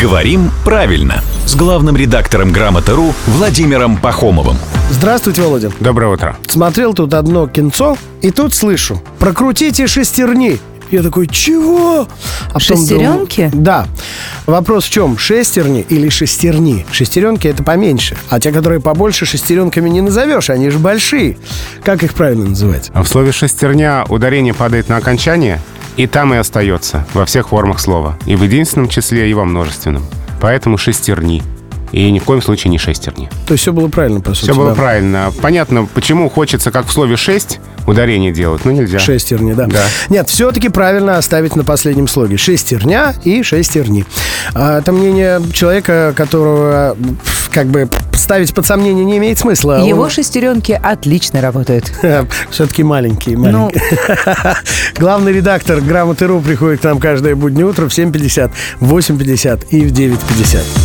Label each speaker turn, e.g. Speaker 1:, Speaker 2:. Speaker 1: «Говорим правильно» с главным редактором «Грамоты.ру» Владимиром Пахомовым.
Speaker 2: Здравствуйте, Володя.
Speaker 3: Доброе утро.
Speaker 2: Смотрел тут одно кинцо, и тут слышу «Прокрутите шестерни». Я такой, чего? А потом думаю,
Speaker 4: Шестеренки?
Speaker 2: да. Вопрос в чем? Шестерни или шестерни? Шестеренки это поменьше. А те, которые побольше, шестеренками не назовешь, они же большие. Как их правильно называть?
Speaker 3: В слове «шестерня» ударение падает на окончание, и там и остается, во всех формах слова. И в единственном числе, и во множественном. Поэтому «шестерни». И ни в коем случае не «шестерни».
Speaker 2: То есть все было правильно, по сути.
Speaker 3: Все было
Speaker 2: да?
Speaker 3: правильно. Понятно, почему хочется, как в слове «шесть», ударение делать, но нельзя.
Speaker 2: Шестерни, да.
Speaker 3: Да.
Speaker 2: Нет, все-таки правильно оставить на последнем слоге. Шестерня и шестерни. А, это мнение человека, которого пф, как бы ставить под сомнение не имеет смысла.
Speaker 4: Его шестеренки отлично работают. Ну,
Speaker 2: Все-таки маленькие, маленькие. Главный редактор «Грамоты.ру» приходит к нам каждое буднее утро в 7.50, в 8.50 и в 9.50.